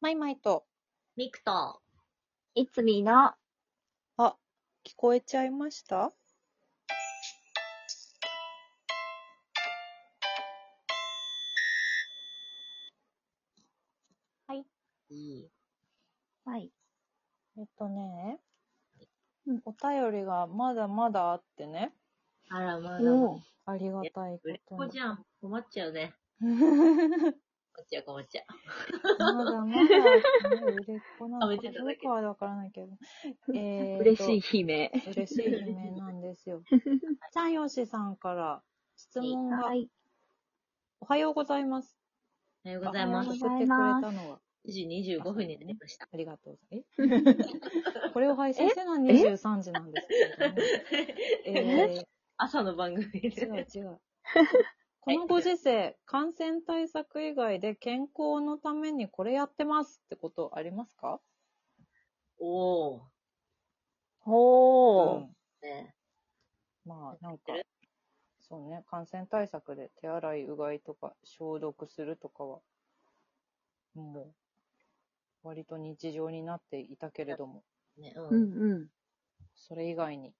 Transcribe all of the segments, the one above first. マイマイと、ミクと、いつみの、あ、聞こえちゃいましたいい。はい。えっとね、お便りがまだまだあってね、あら、まだ、おありがたい売れっこと子にじ。ゃん。困っちゃうね。困っちゃう、困っちゃ う。まだまだ、ね、売れっ子なあのめかっちどゃ叩うけかたはわからないけ ど。えい。しい悲鳴。嬉しい悲鳴なんです よ。ちゃんよしさんから質問が、はい。おはようございます。おはようございます送っ。すてくれたのは、 9時25分になりました。ありがとうございます。 これを配信してるのは23時なんですけれども。えー朝の番組違で。う違う。このご時世、感染対策以外で健康のためにこれやってますってことありますかおー。おーね、まあ、なんか、そうね、感染対策で手洗い、うがいとか消毒するとかは、もう、割と日常になっていたけれども、ね、ううんん。うん。それ以外に、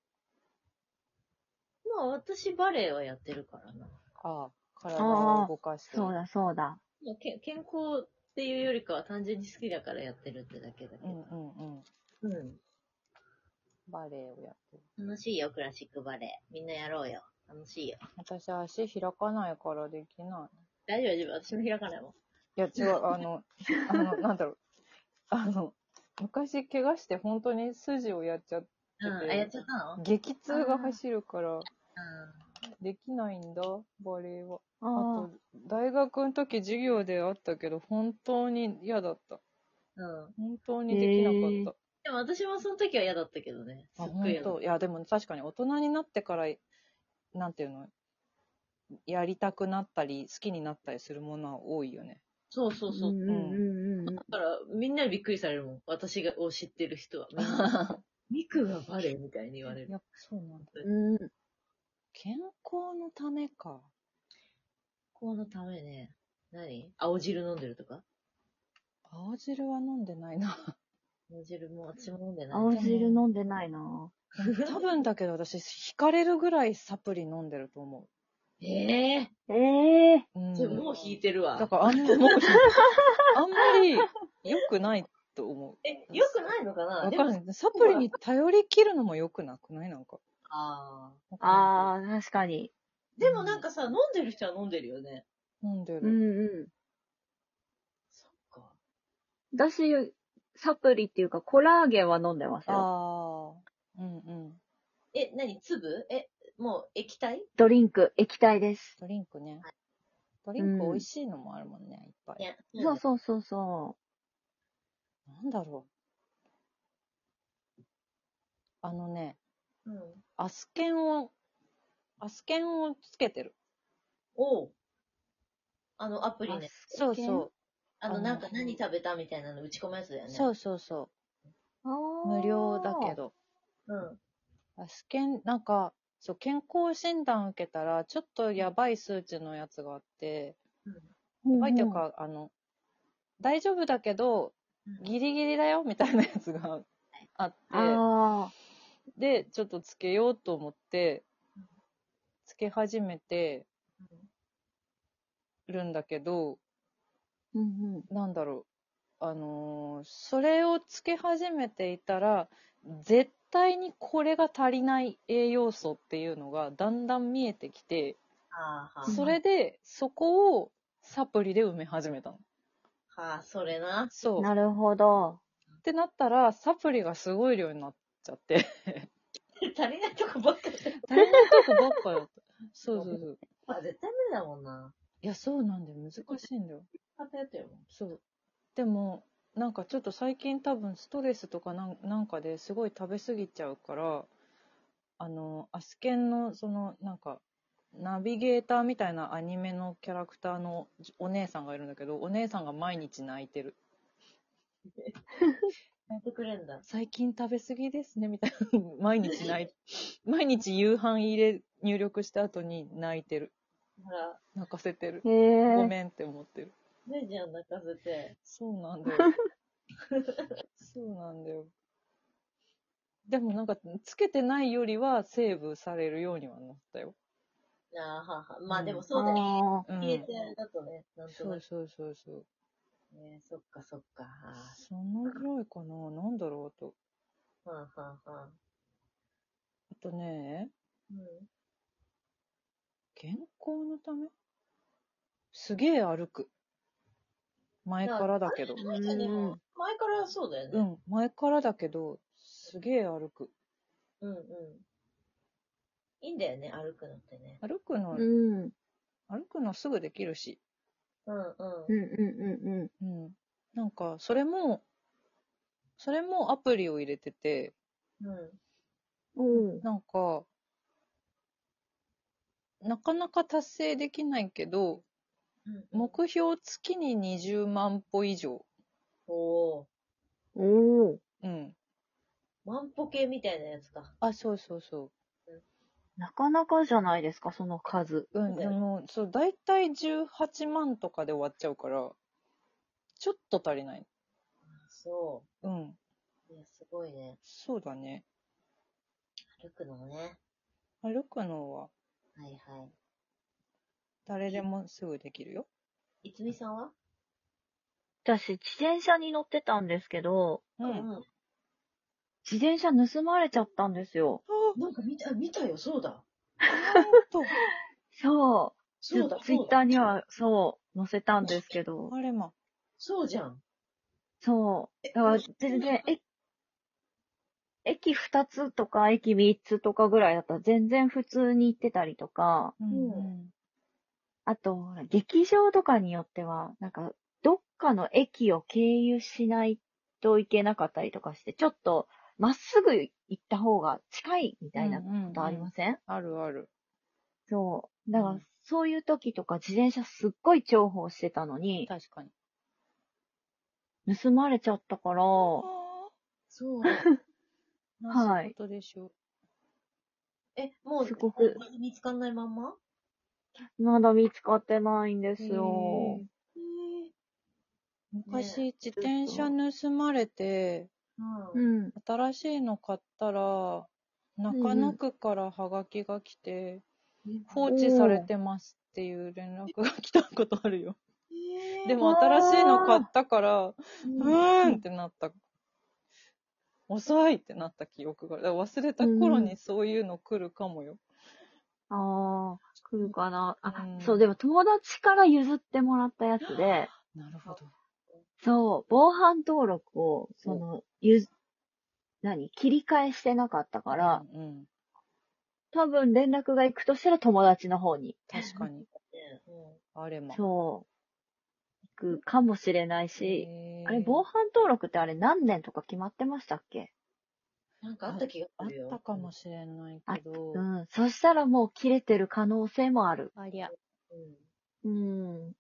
まあ、私、バレエはやってるからな。ああ、体を動かして、そうだそうだ。まあ、け健康っていうよりかは単純に好きだからやってるってだけだけうんうど。んうん、うん。バレエをやってる。楽しいよ、クラシックバレエ。みんなやろうよ。楽しいよ。私、足開かないからできない。大丈夫、大丈夫。私も開かないもん。いや、違う、 あの、あの、なんだろう。あの、昔怪我して本当に筋をやっちゃって、うん。あ、やっちゃったの激痛が走るから、うん。できないんだ、バレエは。あああと、大学の時授業であったけど、本当に嫌だった。うん。本当にできなかった。へーでも私もその時は嫌だったけどね。すあ、っご本い嫌だった当。いや、でも確かに大人になってから、なんていうの、やりたくなったり、好きになったりするものは多いよね。そうそうそう。うんうんうんうんだから、みんなびっくりされるもん。私がを知ってる人は。みんなミクがバレエみたいに言われいる。や、そうなんだ。うん。健康のためか。このためね。何青汁飲んでるとか青汁は飲んでないな。 青汁も私も飲んでない。青汁飲んでないな多分だけど私、惹かれるぐらいサプリ飲んでると思ええぁ。ええう。うん、ー、ちょもう引いてるわ。だからあ んま、もうあんまり良くないと思う。え、良くないのかなわでかもんない。サプリに頼り切るのも良くなくないなんか。あわかんないああ、確かに。ーでもなんかさ、飲んでる人は飲んでるよね。けど飲んでうんる。うそっか。ん。私、サプリっていうか、コラーゲンは飲んでますよ。ああ。うんうん。え、何粒え、もう液体ドリンク、液体です。ドリンクねは。ドリンクうん美味しいのもあるもんね、いっぱい。ねそうそうそうそなんだろう。あのね、う。うん。アスケンを、アスケンをつけてる。おう。あの、アプう。リね。そうそう。ああの、のなんか何食べたみたいなの打ち込むやつだよね。そう。そうそう。あー無料だけ。ど。うん。あ試験、なんか、そう、健康診断受けたら、ちょっとやばい数値のやつがあって、うんやうんばいというか、あの、大丈夫だけど、ギリギリだよ、みたいなやつがあっああ。て、で、ちょっとつけようと思ってうん、つけ始めてうんるんだけど、うんうん。なんだろう、あのーそれをつけ始めていたら、絶対にこれが足りない栄養素っていうのがだんだん見えてきて、あーはそれで、そこをサプリで埋め始めたの。あ。はあ、それな。そう。っなるほど。てなったら、サプリがすごい量になっちゃって。足りないとこばっかり。大変なとこばっかだった。 そうそうそう。まあ、絶対無理だもんな。いや、そうなんだよ。難しいんだよ。偏ってるもん。そう。でも、なんかちょっと最近多分ストレスとかなんなんかですごい食べ過ぎちゃうから、あの、アスケンのその、なんか、ナビゲーターみたいなアニメのキャラクターのお姉さんがいるんだけど、お姉さんが毎日泣いてる。やってくれんだ。最近食べ過ぎですね、みたいな。 毎日泣い、毎日夕飯入れ、入力した後に泣いてる。ほら、泣かせてる。へごえ。めんって思ってる。ねじゃん、泣かせて。そうなんだよ。 そうなんだよ。でもなんか、つけてないよりはセーブされるようにはなったよ。あーはーはーまあでもそうだね。あうん、消えてだとね、なんとそなうくそうそうそう。ね。そっかそっか。そのぐらいかな。なんだろうあと。はあはあはあはあ。あとね、うん。健康のためすげえ歩く。前からだけど。なんかでも、前からそうだようね。ん、前からだけど、すげえ歩く。うんうん。いいんだよね、歩くのってね。歩くの、ーうん。うん歩くのすぐできるし。うんうん。うんうんうん。うん。なんか、それも、それもアプリを入れてて、うん。おうなんか、なかなか達成できないけど、うん、目標月に20万歩以上。おーおううん。万歩計みたいなやつか。あ、そうそうそなかなかじゃないですか、その数。う。うん、でも、そう、だいたい18万とかで終わっちゃうから、ちょっと足りない。そうん。う。いや、すごいね。そうだね。歩くのもね。歩くのははいは誰でもすぐできるよ。い。いつみさんは私、自転車に乗ってたんですけど、う。うんん。自転車盗まれちゃったんですよ。なんか見た、見たよ、そうだ。と、そう。ツそうだ、ツイッそうターだ。には、そう、載せたんですけど、 あれま。そうじゃん。そう。だから、全然、え、駅2つとか、駅3つとかぐらいだったら、全然普通に行ってたりとか、うんううん。あと、ほら劇場とかによっては、なんか、どっかの駅を経由しないといけなかったりとかして、ちょっと、まっすぐ行った方が近いみたいなここと。ありますせんあるある。そう。だかうらん、そういう時とか、自転車すっごい重宝してたのに、確かに。盗まれちゃったから、 そうだ。な仕事でしょ。え、もう、すごく見つかんないまんままだ見つかってないんですよへ。え昔、自転車盗まれて、う。うんん。新しいの買ったら、中野区からハガキが来て、放置されてますっていう連絡が来たことあるよ。えでも新しいの買ったから、うーんってなった。遅いってなった記憶が。だから忘れた頃にそういうの来るかもよ。ああ、来るかな。あ、うんそう、でも友達から譲ってもらったやつで、なるほど。そう、防犯登録を、その、ゆず、何切り替えしてなかったから、うんうん、多分連絡が行くとしたら友達の方に、確かに。あれも。そう、行くかもしれないし、へーあれ、防犯登録ってあれ何年とか決まってましたっけなんかあった気があすっるよ。たかもしれないけどう。ん。そしたらもう切れてる可能性もある。ありゃ。うん。うん。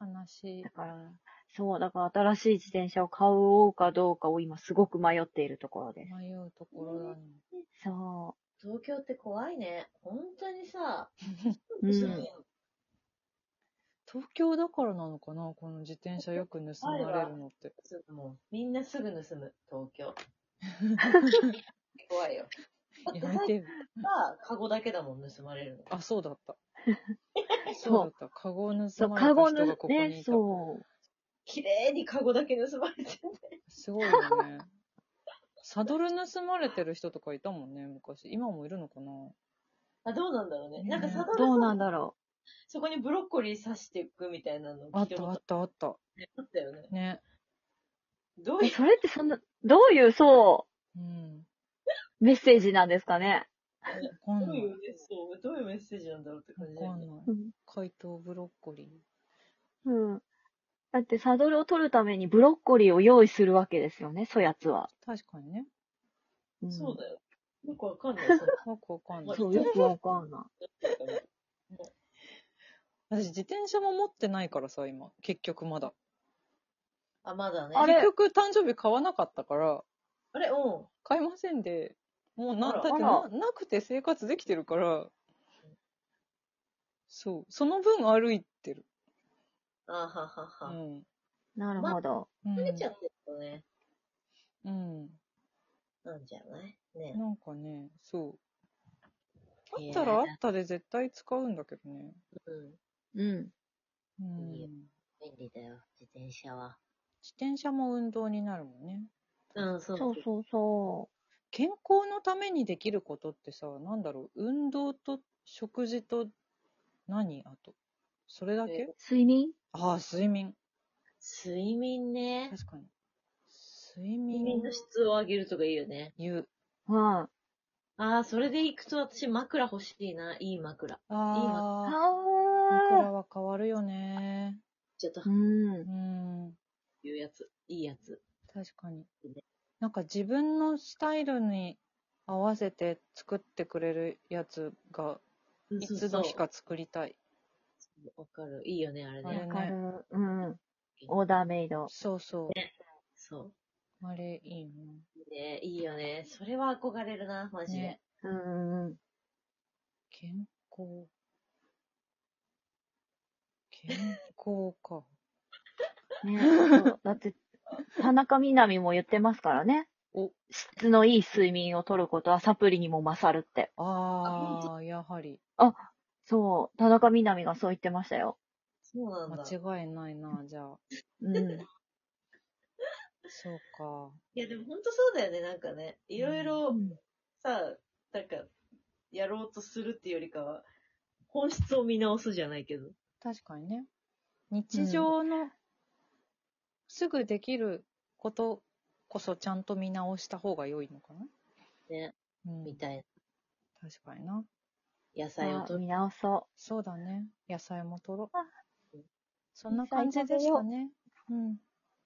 悲しいだ。から、そう、だから新しい自転車を買おうかどうかを今すごく迷っているところです。迷うところだね。そ東京って怖いね。本当にさ、うん東京だからなのかなこの自転車よく盗まれるのって。すぐもうみんなすぐ盗む、東京。怖いよ。だってやさめてよ。カゴだけだもん、盗まれるの。あ、 そうだった。そうだった。カゴを盗まれたう。人そう、がカゴのここにね、いた。そう。綺麗にカゴだけ盗まれてる。すごいよね。サドル盗まれてる人とかいたもんね、昔。今もいるのかなあ、どうなんだろうね。なんかサドルどうなさんだろそこにブロッコリー刺していくみたいなのあ聞いったたことああったあった。ったよね。ね。どう。うえいう、それってそんな、どういう、そうん。う、メッセージなんですかね。わかんどうないい。うね、そう、どういうメッセージなんだろうって感じだわよかんね。ない。うん。解凍ブロッコリー。うん。だってサドルを取るためにブロッコリーを用意するわけですよね、そやつは。確かにね。うん、そうだよ。よくわかんない。そのよくわかんない。そう、よくわかんない。私、自転車も持ってないからさ、今。結局まだ。あ、まだね。あれ結局誕生日買わなかったから、あれうん。買いませんで、もうな、あだらってあななくて生活できてるから、そう。その分歩いてる。あははうは。ん。なるほど。うん食べちゃうんですよね。うん。なんじゃないね。なんかね、そう。あいっやたらあったで絶対使うんだけどね。うん。うん。ういいよん。便利だよ、自転車は。自転車も運動になるもんね。うん、そう。そうそうそ健康のためにできることってさ、なんだろう、運動と食事と何あと。それだけ、えう。睡眠ああ、睡眠。睡眠ね。確かに。睡睡眠眠の質を上げるとかいいよね。言う。はい。ああ、それで行くと私枕欲しいな。いい枕。ああ、あ枕は変わるよね。ちょっとー。う、んう。ん、いうやつ。いいやつ。確かにね。なんか自分のスタイルに合わせて作ってくれるやつが、いつの日か作りたい。そうそう。わかる。いいよね、あれあれね。わかる。うん。オーダーメイド。そうそ。そうあれ、いいな。う。ね、いいよね。それは憧れるな、マジで。ねうんうん。健康。健康か。ね、 そうだって、田中みな実も言ってますからね。お質のいい睡眠を取ることはサプリにも勝るって。ああ、やはり。そう、田中みな実がそう言ってましたよ。そうなんだ。間違いない な、じゃあ。うん。そうか。いや、でも本当そうだよね、なんかね。いろいろうんさ、なんか、やろうとするっていうよりかは、本質を見直すじゃないけど。確かにね。日常の、すぐできることこそちゃんと見直した方が良いのかなね、うん。みたい確かにな。な。野菜をあとる。見直そそうだね。野菜も取ろあう。そんな感じでしたね。うん。